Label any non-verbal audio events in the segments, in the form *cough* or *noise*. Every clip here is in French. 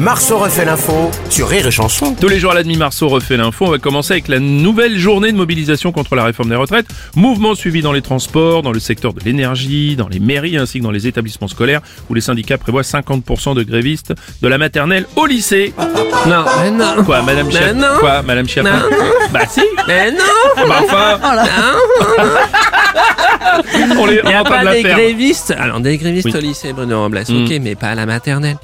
Marceau refait l'info sur Rire et Chanson. Tous les jours à la demi-marceau refait l'info. On va commencer avec la nouvelle journée de mobilisation contre la réforme des retraites. Mouvement suivi dans les transports, dans le secteur de l'énergie, dans les mairies ainsi que dans les établissements scolaires où les syndicats prévoient 50% de grévistes de la maternelle au lycée. Non. Mais non. Quoi, Madame Chiappa non. Quoi, Madame Chiappa Bah si. Mais non Bah enfin. *laughs* on les Oh Il n'y on est en a train de la pas des faire. grévistes Alors, des grévistes Oui. Mm. au lycée, Bruno Robles, ok, mais pas à la maternelle.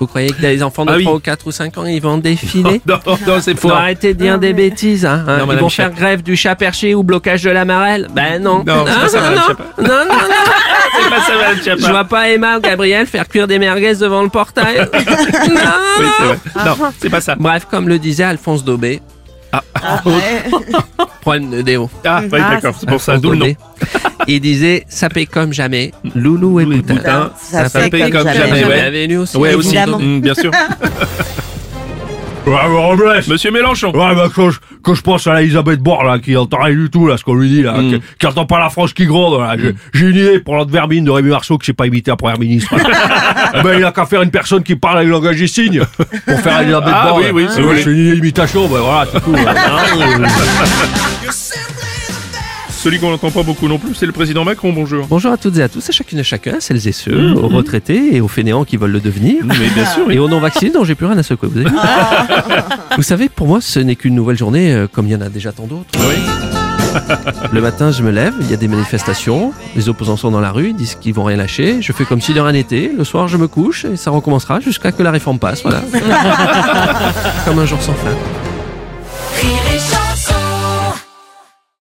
Vous croyez que les enfants de Ah oui. 3 ou 4 ou 5 ans, ils vont défiler *laughs* Non, non, non, c'est Faut non. arrêter de dire des bêtises, hein, hein. Non, Ils Madame vont faire grève du chat perché ou blocage de la marelle Ben non Non, c'est pas ça, Madame non, Chiappa. non, non, non. C'est *laughs* pas ça, Madame Chiappa. Je vois pas Emma ou Gabriel faire cuire des merguez devant le portail. *laughs* non Oui, c'est vrai. Non, c'est pas ça. Bref, comme le disait Alphonse Daubé, problème de déo. Ah, oui, d'accord, c'est pour ça, Alphonse d'où le nom. Daubé. Il disait « sapé comme jamais, loulou et Louis boutin ». Boutin, Ça ça fait fait comme comme jamais, jamais, Vous ouais. l'avez lu aussi Ouais, aussi. Évidemment. Mm, bien *laughs* sûr. Ouais, mais Robles. Monsieur Mélenchon. Ouais, bah, que je, que je pense à la Elisabeth Borne, là, qui n'entend rien du tout, là, ce qu'on lui dit, là, Mm. qui, qui entend pas la France qui gronde, là. J'ai- J'ai une idée pour l'autre vermine de Rémi Marceau, que c'est pas imité à *laughs* Première ministre. eh ben, il a qu'à faire une personne qui parle avec le langage des signes, pour faire Elisabeth Ah, Borne. oui, oui, là. si vous Ouais, voulez. C'est une imitation, ben voilà, c'est tout. là. Celui qu'on n'entend pas beaucoup non plus, c'est le président Macron, bonjour. Bonjour à toutes et à tous, à chacune et chacun, celles et ceux, aux retraités et aux fainéants qui veulent le devenir. Mais bien sûr, Et aux non-vaccinés dont j'ai plus rien à secouer, vous avez vu Vous savez, pour moi, ce n'est qu'une nouvelle journée, euh, comme il y en a déjà tant d'autres. Le matin, je me lève, il y a des manifestations, les opposants sont dans la rue, ils disent qu'ils vont rien lâcher, je fais comme si de rien n'était, le *laughs* soir, je me couche et ça recommencera jusqu'à que la réforme passe, voilà. comme un jour sans fin.